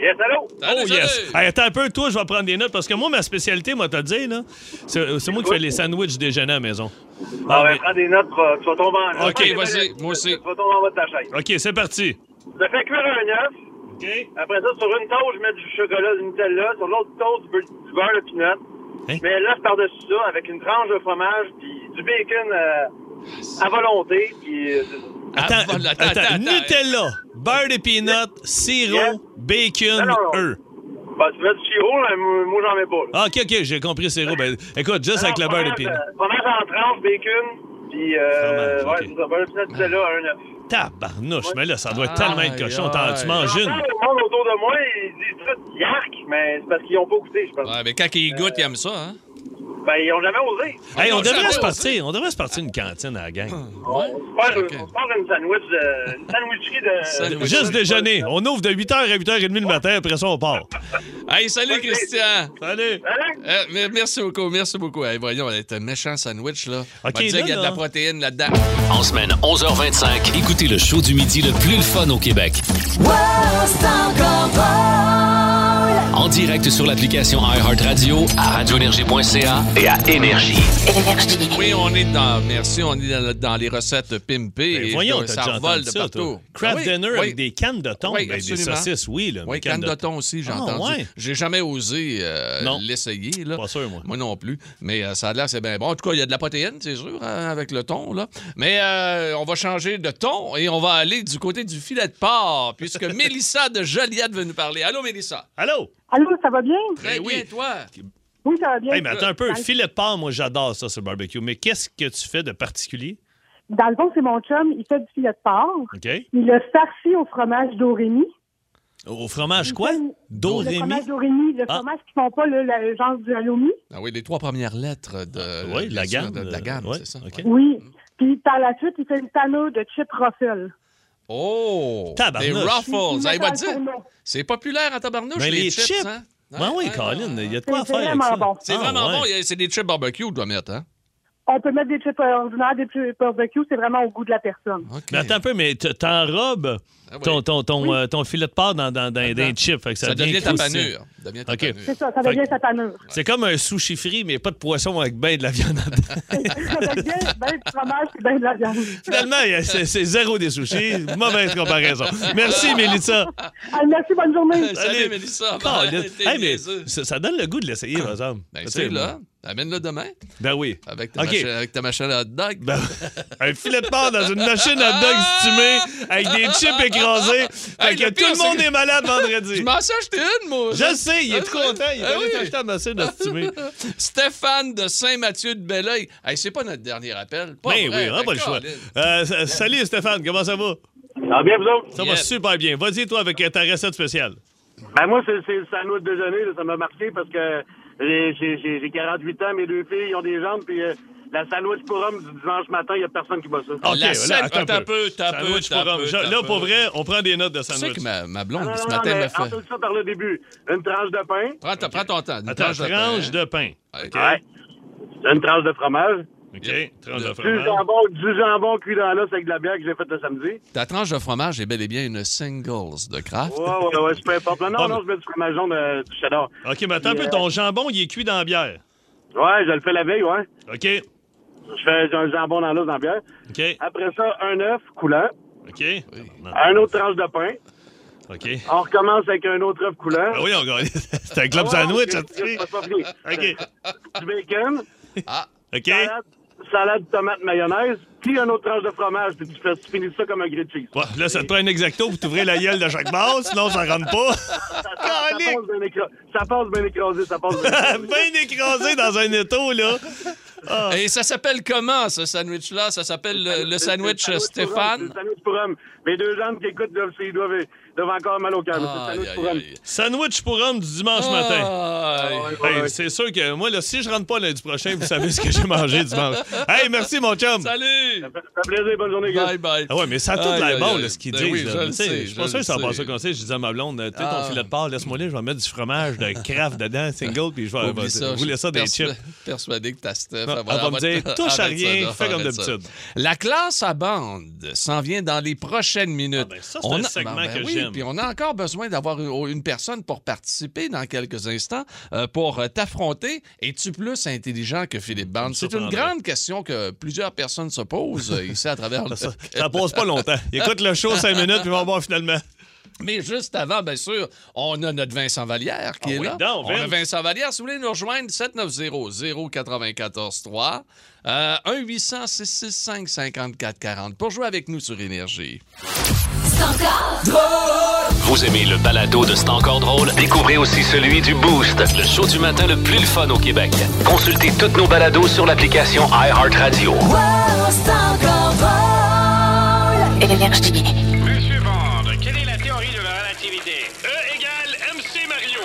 Yes, allô? Salut, Oh yes! salut. Hey, attends un peu, toi, je vais prendre des notes parce que moi, ma spécialité, moi, t'as dit, là, c'est c'est moi qui fais les sandwichs déjeuner à la maison. Ah, Ah, ben, mais- prends des notes, tu vas, tu vas tomber en Ok, Prends des vas-y, notes, moi aussi. Tu vas tomber en bas de ta chaise. OK, c'est parti. Je fais cuire un œuf. OK. Après ça, sur une toast, je mets du chocolat, du Nutella. Sur l'autre toast, du beurre- du beurre de pinot. Hein? Je mets l'œuf par-dessus ça avec une tranche de fromage puis du bacon euh, Ah, à volonté. Puis, euh, Ah, Attends, voilà, attends, Nutella, beurre de peanut, Yes. sirop, bacon, Non, non, non. œufs. bah, tu mets du sirop, là, moi, moi, j'en mets pas. là. Ah, OK, OK, j'ai compris, sirop. Ben, écoute, juste avec le Alors, beurre de fromage, peanut. euh, Fromage en tranche, bacon, puis euh, Fromage, ouais, ok. c'est ça, beurre de pinot, Nutella, un œuf. Tabarnouche, mais là, ça doit être Aïe, tellement être cochon. T'en- Tu aïe. manges J'entends une. Le monde autour de moi, ils disent tout yark, mais c'est parce qu'ils n'ont pas goûté, je pense. Ouais, mais quand il goûte, il aime ça, hein? Ben, ils n'ont jamais osé. Hey, on Non, ça devrait va, Ah, se on partir. On devrait se partir une cantine à la gang. On se part, Ok. on se part une sandwich, de- une sandwicherie de. Sandwich. Euh, Juste déjeuner. On ouvre de 8h à 8h30 le matin, après ça, on part. Hey, salut, Christian. Salut! Alex, Euh, mais merci beaucoup, merci beaucoup. Hey, voyons, c'est un méchant sandwich, là. On va OK, te dire là, qu'il y a de la là. protéine là-dedans. En semaine 11h25, écoutez le show du midi le plus le fun au Québec. En direct sur l'application iHeartRadio, à radioénergie.ca et à Énergie. Oui, on est dans. Merci, on est dans, dans les recettes pimpées. Ben et voyons, t'as ça déjà revole entendu de ça, partout. toi. Crab Ah oui, dinner oui. avec des cannes de thon. Oui, Ben, des absolument. saucisses, oui. Là, mais Oui, canne de thon aussi, j'ai Ah, entendu. ouais. J'ai jamais osé euh, Non. l'essayer. là. Pas sûr, moi. non plus. Mais euh, ça a l'air, c'est bien bon. En tout cas, il y a de la protéine, c'est sûr, hein, avec le thon. Là. Mais euh, on va changer de thon et on va aller du côté du filet de porc, puisque Mélissa de Joliette veut nous parler. Allô, Mélissa? Allô? Allô, ça va bien? Très Ben oui. bien, toi. Oui, ça va bien. Hey, mais attends un peu. Filet de porc, moi, j'adore ça sur le barbecue. Mais qu'est-ce que tu fais de particulier? Dans le fond, c'est mon chum, il fait du filet de porc. OK? Il le farcit au fromage d'Orémy. Au fromage quoi? Le Dorémy? fromage d'Orémy, le Ah. fromage qu'ils font pas, là, le genre du halloumi. Ah oui, les trois premières lettres de, Ah, Oui, la Euh, bien gamme. sûr, de- de la gamme, euh, ouais, c'est ça. OK. Ouais. Oui. Puis par la suite, il fait une panneau de chip ruffle. Oh! Tabarnouche. Des Il ruffles. met Hey, dans va le dire, fourneau. c'est populaire en tabarnouche, Mais les, les chips, hein? Ouais, oui, ouais, Colin, il y a de C'est quoi à faire. avec vraiment ça. bon. C'est Ah, vraiment ouais. bon. Il y a- C'est des chips barbecue, je dois mettre, hein? On peut mettre des chips euh, ordinaires, des chips barbecue, c'est vraiment au goût de la personne. OK. Mais attends un peu, mais t- t'enrobes Ah oui. ton, ton, ton, euh, ton filet de porc dans, dans, dans, dans un chip. Fait que ça, Ça devient ta croustillant. panure. Ça devient ta OK. C'est panure. ça, ça Fait devient que- sa panure. C'est comme un sushi frit, mais pas de poisson avec ben de la viande. en dedans. ça devient ben du fromage et ben de la viande. Finalement, il y a- c'est c'est zéro des sushis. Mauvaise comparaison. Ah. Merci, Mélissa. Allez, Ah, merci, bonne journée. Salut, Mélissa. Ah, là- Bye. T'es Hey, mais ben, niaiseux. ça, ça donne le goût de l'essayer, par exemple. Ben, Tu tu sais, sais, là, amène-le demain Ben oui. avec ta, OK. machine, avec ta machine à hot dog. Ben, un filet de porc dans une machine à dog stumée avec des chips écrasés. Fait Ah! Hey, que le pire, tout le monde c'est- est malade je vendredi. m'en suis acheté une, moi. Je le sais, il est Ah, trop oui. content. Il Ah va aller oui. t'acheter la machine à Ben stumer. Stéphane de Saint-Mathieu de Belleuil. Hey, c'est pas notre dernier appel. Pas Ben vrai, oui, on n'a pas le choix. Colin. Euh, s- salut Stéphane, comment ça va? Ah, bien, vous autres? Ça va Yes. super bien. Vas-y, toi, avec euh, ta recette spéciale. Ben moi, c'est c'est le sandwich déjeuner, là, ça m'a marqué parce que j'ai- j'ai j'ai- j'ai 48 ans, mes deux filles ils ont des jambes, puis euh, la sandwich pour hommes du dimanche matin, il n'y a personne qui bat ça. OK, La seule- attends un peu, attends un peu, Sandwich pour attends un homme. peu, Je- attends Là, un pour peu. vrai, on prend des notes de Tu sais sandwich. que ma, ma Non, blonde, non, ce non, matin, mais m'a fait... entends ça par le début. Une tranche de pain, Prends, ta- prends ton temps. Une Attends, tranche de pain. pain. hein. OK, ouais. une tranche de fromage, OK, tranche de du fromage. jambon, du jambon cuit dans l'os avec de la bière que j'ai faite le samedi. Ta tranche de fromage est bel et bien une singles de Kraft. Ouais, ouais, ouais, c'est peu importe. Non, Ah, non, non, je mets du fromage jaune, euh, du cheddar. OK, mais attends un peu, ton jambon, il est cuit dans la bière. Ouais, je le fais la veille, ouais. OK, Je fais un jambon dans l'os dans la bière. OK, Après ça, un œuf coulant, OK. Non, un autre tranche de pain. OK. On recommence avec un autre œuf coulant. Ah oui, on gagne. C'est un Ah, club ouais, sandwich, c'est- ça te c'est crie. pas fini. OK. Du bacon. Ah. OK? Salade, salade, tomate, mayonnaise, puis un autre tranche de fromage, puis tu, fais, tu finis ça comme un grilled cheese. Ouais, là, ça te prend un exacto pour t'ouvrir la gueule de chaque base, sinon ça rentre pas. Ça passe bien écra- ça passe bien écrasé, ça passe bien écrasé. Bien écrasé dans un étau, là. Et ça s'appelle comment, ce sandwich-là? Ça s'appelle le, le C'est- c'est sandwich le pour homme, Stéphane? c'est le sandwich pour homme. Mes deux jambes qui écoutent doivent, ils doivent, doivent encore mal au cœur. mais Aïe, c'est le sandwich aïe, pour homme. aïe. Sandwich pour homme du dimanche matin. Aïe. Hey, Ben, c'est sûr que moi, là, si je rentre pas lundi prochain, vous savez ce que j'ai mangé dimanche. Hey, merci, mon chum. Salut! Ça fait plaisir, bonne journée, gars. Bye bye. Ah ouais, mais ça a tout Aïe, l'air aïe, bon, aïe. là, ce qu'ils Ben disent. oui, là. je le Tu sais, sais, je suis je pas sûr le que ça va passer sais. comme ça. Je disais à ma blonde, tu sais, Ah. ton filet de porc, laisse-moi là, je vais mettre du fromage de craft dedans, single, puis je vais Oublie ça, euh, ben, vous je voulez ça des suis chips. persua- Persuadé que ta Steph. Non, elle va me dire, touche à arrête rien, là, fais comme arrête ça. d'habitude. La classe à bande s'en vient dans les prochaines minutes. Ah ben ça, c'est un segment que oui, j'aime. Puis on a encore besoin d'avoir une, une personne pour participer dans quelques instants euh, pour euh, t'affronter. Es-tu plus intelligent que Philippe Bande? C'est une surprendrait. grande question que plusieurs personnes se posent euh, ici à travers le, Ça, ça passe pas longtemps. Il écoute le show cinq minutes, puis on va voir finalement. mais juste avant, bien sûr, on a notre Vincent Vallière qui Ah est oui, là. donc, on a Vince. Vincent Vallière. Si vous voulez nous rejoindre, 790-094-3, euh, 1-800-665-5440 pour jouer avec nous sur Énergie. Vous aimez le balado de C'est encore drôle? Découvrez aussi celui du Boost, le show du matin le plus le fun au Québec. Consultez toutes nos balados sur l'application iHeartRadio. Monsieur Bond, quelle est la théorie de la relativité? E égale MC Mario.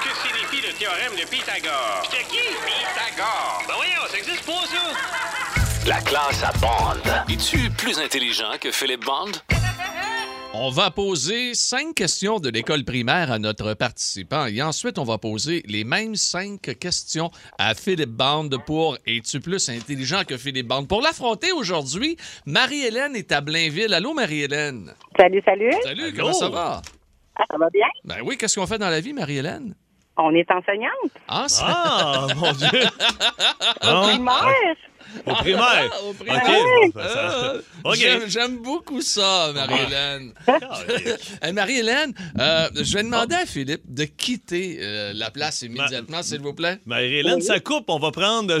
Que signifie le théorème de Pythagore? De qui? Pythagore. Ben voyons, ça existe pas, ça? La classe à Bond. Es-tu plus intelligent que Philippe Bond? On va poser cinq questions de l'école primaire à notre participant et ensuite on va poser les mêmes cinq questions à Philippe Bande pour Es-tu plus intelligent que Philippe Bande? Pour l'affronter aujourd'hui, Marie-Hélène est à Blainville. Allô, Marie-Hélène? Salut, salut. Salut, Allô? comment ça va? Ah, ça va bien? Ben oui, qu'est-ce qu'on fait dans la vie, Marie-Hélène? On est enseignante. Ah, c'est- Ah, mon Dieu. Hein? Primaire. Au primaire. Ah, au primaire. OK. bon, ben, ça- Euh, OK. Ah, j'aime- J'aime beaucoup ça, Marie-Hélène. Eh, Marie-Hélène, euh, je vais demander à Philippe de quitter euh, la place immédiatement, s'il vous plaît. Marie-Hélène, ça coupe. On va prendre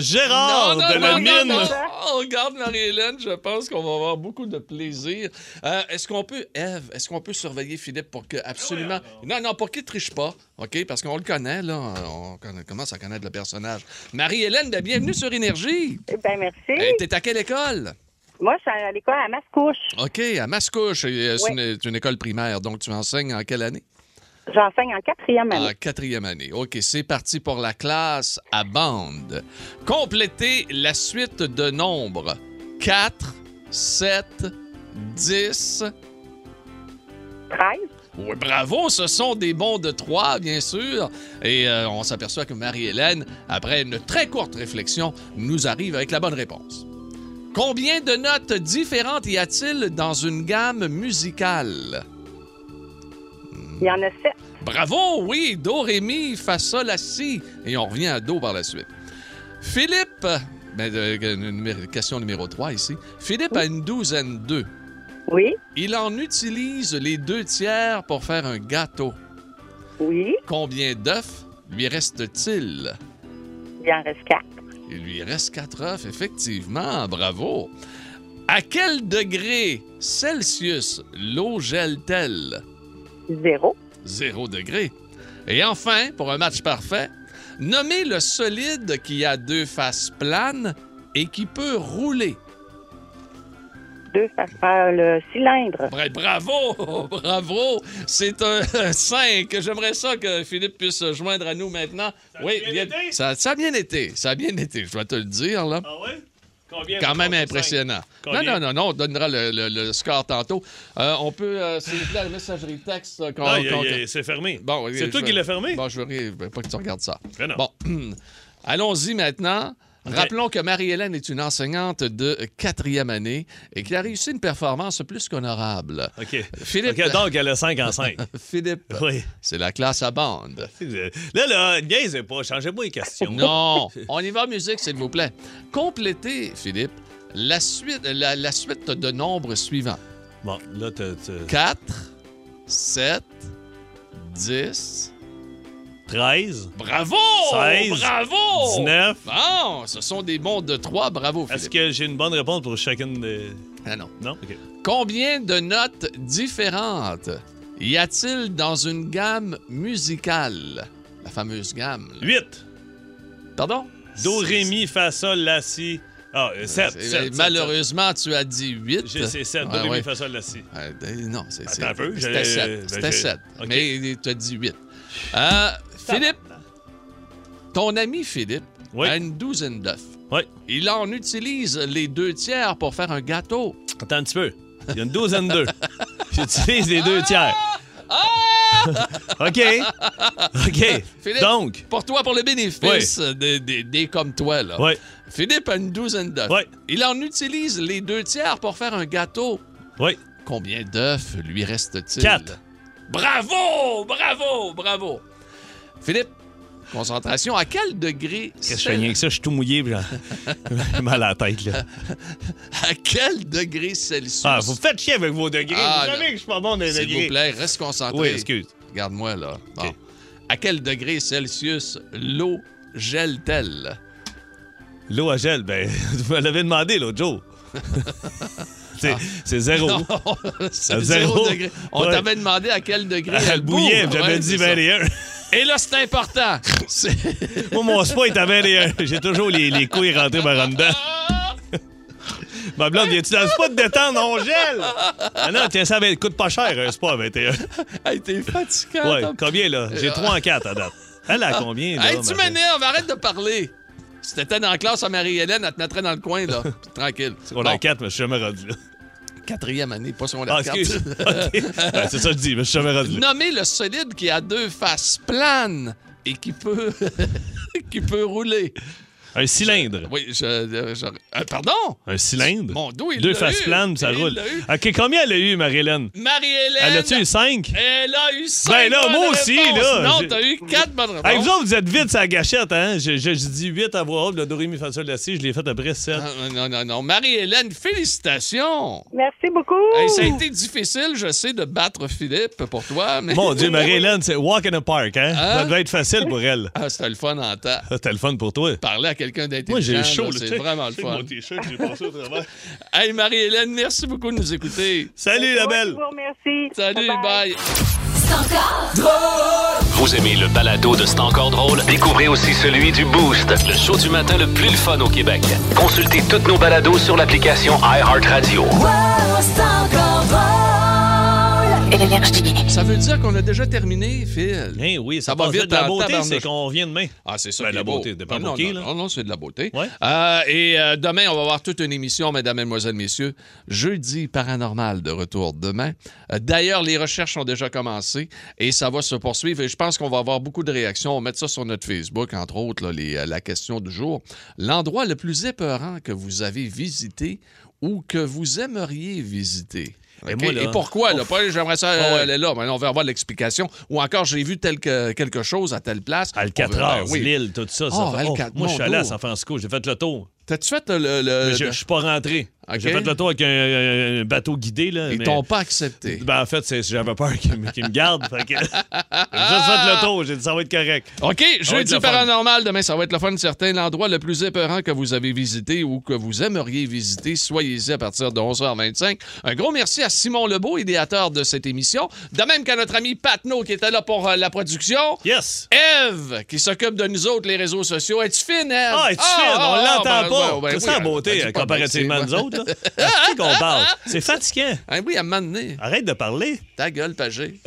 Oh. Gérard Non, non, de non, la non, mine. non, non. On garde Marie-Hélène, je pense qu'on va avoir beaucoup de plaisir. Euh, est-ce qu'on peut, Eve, est-ce qu'on peut surveiller Philippe pour que absolument. Non, non, pour qu'il triche pas, OK? Parce qu'on le connaît, là. On conna- commence à connaître le personnage. Marie-Hélène, ben, bienvenue sur Énergie. Ben, merci. Euh, T'es à quelle école? Moi, je suis à l'école à Mascouche. OK, à Mascouche. Et, euh, C'est Oui. une, c'est une école primaire, donc tu enseignes en quelle année? J'enseigne en quatrième année. En quatrième année. OK, c'est parti pour la classe à bande. Complétez la suite de nombres 4, 7, 10. 13. Oui, bravo, ce sont des bons de 3, bien sûr. Et euh, on s'aperçoit que Marie-Hélène, après une très courte réflexion, nous arrive avec la bonne réponse. Combien de notes différentes y a-t-il dans une gamme musicale? Il y en a sept. Bravo, oui, Do, Ré, Mi, Fa, Sol, La, Si. Et on revient à Do par la suite. Philippe, ben, euh, numé- question numéro 3 ici. Philippe a une douzaine d'œufs. Oui, Il en utilise les deux tiers pour faire un gâteau. oui. Combien d'œufs lui reste-t-il? Il en reste quatre. Il lui reste quatre œufs, effectivement. Bravo. À quel degré Celsius l'eau gèle-t-elle? Zéro. Zéro degré. Et enfin, pour un match parfait, nommez le solide qui a deux faces planes et qui peut rouler. Deux faces par le cylindre. Bra- Ben, Bravo! Bravo! C'est un 5. J'aimerais ça que Philippe puisse se joindre à nous maintenant. oui, bien viens- été? ça, ça a bien été. Ça a bien été, je vais te le dire, là. Ah ouais? Combien? Quand même impressionnant. Non, non, Combien? non, non, on donnera le, le- le score tantôt. Euh, on peut, euh, s'il vous plaît, la messagerie texte euh, qu'on. Ah, il- qu'on- il- c'est fermé. Bon, oui, c'est je toi veux- qui l'as fermé? Bon, je veux rien- je veux pas que tu regardes ça. Mais non. Bon, allons-y maintenant. Rappelons que Marie-Hélène est une enseignante de quatrième année et qui a réussi une performance plus qu'honorable. OK. Philippe- OK, donc, elle a 5 en 5. Philippe, oui. c'est la classe à bande. Là, là, niaisez pas. Changez pas les questions. Non, on y va musique, s'il vous plaît. Complétez, Philippe, la suite, la, la suite de nombres suivants. Bon, là, tu... 4, 7, 10, 13. Bravo! 16, bravo! 19. Bon, ce sont des bons de 3. Bravo, Est-ce Philippe. que j'ai une bonne réponse pour chacune des. Ah non. Non? OK. Combien de notes différentes y a-t-il dans une gamme musicale? La fameuse gamme. là. 8. Pardon? Do, Ré, Mi, Fa, Sol, La, Si. Ah, C'est- Ah, 7. c'est- Malheureusement, tu as dit 8. C'est 7. Do, Ré, Mi, Fa, Sol, La, Si. Euh, ben, non, c'est Attends c'est- un peu, C'était j'allais- 7. ben, C'était j'ai- 7. OK. Mais tu as dit 8. Euh, Philippe, ton ami Philippe Oui. a une douzaine d'œufs. Oui. Il en utilise les deux tiers pour faire un gâteau. Attends un petit peu. Il y a une douzaine d'œufs. J'utilise les deux tiers. OK. OK. Ah! Philippe, Donc, pour toi, pour le bénéfice des, des- des comme toi, là. oui. Philippe a une douzaine d'œufs. Oui. Il en utilise les deux tiers pour faire un gâteau. Oui. Combien d'œufs lui reste-t-il? Quatre. Bravo! Bravo! Bravo! Philippe, concentration. À quel degré... Qu'est-ce que je Cel- fais rien que ça? Je suis tout mouillé. puis j'en- J'ai mal à la tête, là. À quel degré Celsius? Ah, vous faites chier avec vos degrés. Ah, vous là. savez que je suis pas bon dans les S'il vous degrés. plaît, reste concentré. Oui, excuse. Regarde-moi, là. Bon. OK. À quel degré Celsius l'eau gèle-t-elle? L'eau à gel, ben, vous me l'avez demandé l'autre jour. c'est c'est zéro. Ah. Non, c'est À zéro zéro. degré. On Ouais. t'avait demandé à quel degré Elle bouillait, boue. j'avais Ouais, dit c'est ça. 21. Et là, c'est important. C'est- Moi, mon spa est à 21. J'ai toujours les, les couilles rentrées par en dedans. Ma blonde, viens-tu dans le spa de détendre? On gèle! Ah non, tiens, ça va- coûte pas cher, un spa à 21. hey, t'es fatiguant. Ouais, ton- combien, là? J'ai 3 en 4 à date. Elle a combien, là? Ah. Hey, tu ma- m'énerves, arrête de parler. Si t'étais dans la classe à Marie-Hélène, elle te mettrait dans le coin, là. Tranquille. On a 4, mais je suis jamais rendu là. quatrième année, pas secondaire Ah, quatre. excuse. OK. Ouais, c'est ça que je dis, mais je suis jamais rendu là. Nommez le solide qui a deux faces planes et qui peut, qui peut rouler. Un cylindre. Oui, je. euh, je- euh, pardon? Un cylindre? Mon dos, il Deux l'a faces eu. planes, ça Il roule. l'a eu. Ben, OK, combien elle a eu, Marie-Hélène? Marie-Hélène. Elle a-tu eu 5? Elle a eu cinq Ben là, bonnes moi aussi, réponses. là, Non, j'ai- t'as eu quatre bonnes réponses. Hey, vous autres, vous êtes vite sur la gâchette, hein? Je, je- je dis 8 à voix haute, le Doremi Facile Lassie, je l'ai fait après 7. Ah, Non, non, non. Marie-Hélène, félicitations. Merci beaucoup. Hey, ça a été difficile, je sais, de battre Philippe pour toi, mais. Mon Dieu, Marie-Hélène, c'est walk in the park, hein? Hein? Ça devait être facile pour elle. Ah, c'était le fun en temps. Ça, C'était le fun pour toi. Parler à quelqu'un d'intelligent, Moi, j'ai eu là, chaud, là, tu c'est sais. vraiment le Tu sais, fun. Mon t-shirt, j'ai passé au travers. Hey, Marie-Hélène, merci beaucoup de nous écouter. Salut, la belle! Merci. Salut, bye. Vous aimez le balado de C'est encore drôle? Découvrez aussi celui du Boost, le show du matin le plus le fun au Québec. Consultez toutes nos balados sur l'application iHeartRadio. Ça veut dire qu'on a déjà terminé, Phil. Hein, oui, ça, Ça va passe vite La en beauté, tabarnouche. c'est qu'on revient demain. Ah, c'est ça. Ben, qui la est beau. beauté, de pas non, bouquer, non, là. non, non, c'est de la beauté. Ouais. Euh, et euh, demain, on va avoir toute une émission, mesdames, mesdemoiselles, messieurs. Jeudi paranormal de retour demain. Euh, D'ailleurs, les recherches ont déjà commencé et ça va se poursuivre. Et je pense qu'on va avoir beaucoup de réactions. On va mettre ça sur notre Facebook, entre autres, là, les- euh, la question du jour. L'endroit le plus épeurant que vous avez visité ou que vous aimeriez visiter. Et OK? moi, là- Et pourquoi? Là, pas, j'aimerais ça euh, Ah ouais. aller là. mais on va avoir l'explication. Ou encore, j'ai vu tel que- quelque chose à telle place. Alcatraz, On veut- ben oui. Lille, tout ça. ça Oh, fait- Alcat- moi, je suis mon allé à dos. San Francisco, j'ai fait le tour. T'as-tu fait le. le- Mais je, le- je suis pas rentré. OK. J'ai fait le tour avec un, un bateau guidé. Là, Ils mais- t'ont pas accepté. Ben, en fait, c'est- j'avais peur qu'ils me- qu'ils me gardent. fait que- j'ai juste fait le tour, j'ai dit ça va être correct. OK, va être jeudi le fun. paranormal. Demain, ça va être le fun. Certain l'endroit le plus épeurant que vous avez visité ou que vous aimeriez visiter. Soyez-y à partir de 11h25. Un gros merci à Simon Lebeau, idéateur de cette émission. De même qu'à notre ami Patno qui était là pour euh, la production. Yes! Eve, qui s'occupe de nous autres, les réseaux sociaux. Es-tu fine, Eve? Ah, tu Ah, fine, on ah, l'entend ben, pas. ouais, ben c'est oui, ça la elle- beauté elle dit euh, pas comparativement à merci, nous ouais. autres. Là. C'est qu'on parle. C'est fatigant. Ah, ben, oui, à un moment donné. Arrête de parler. Ta gueule, pagé.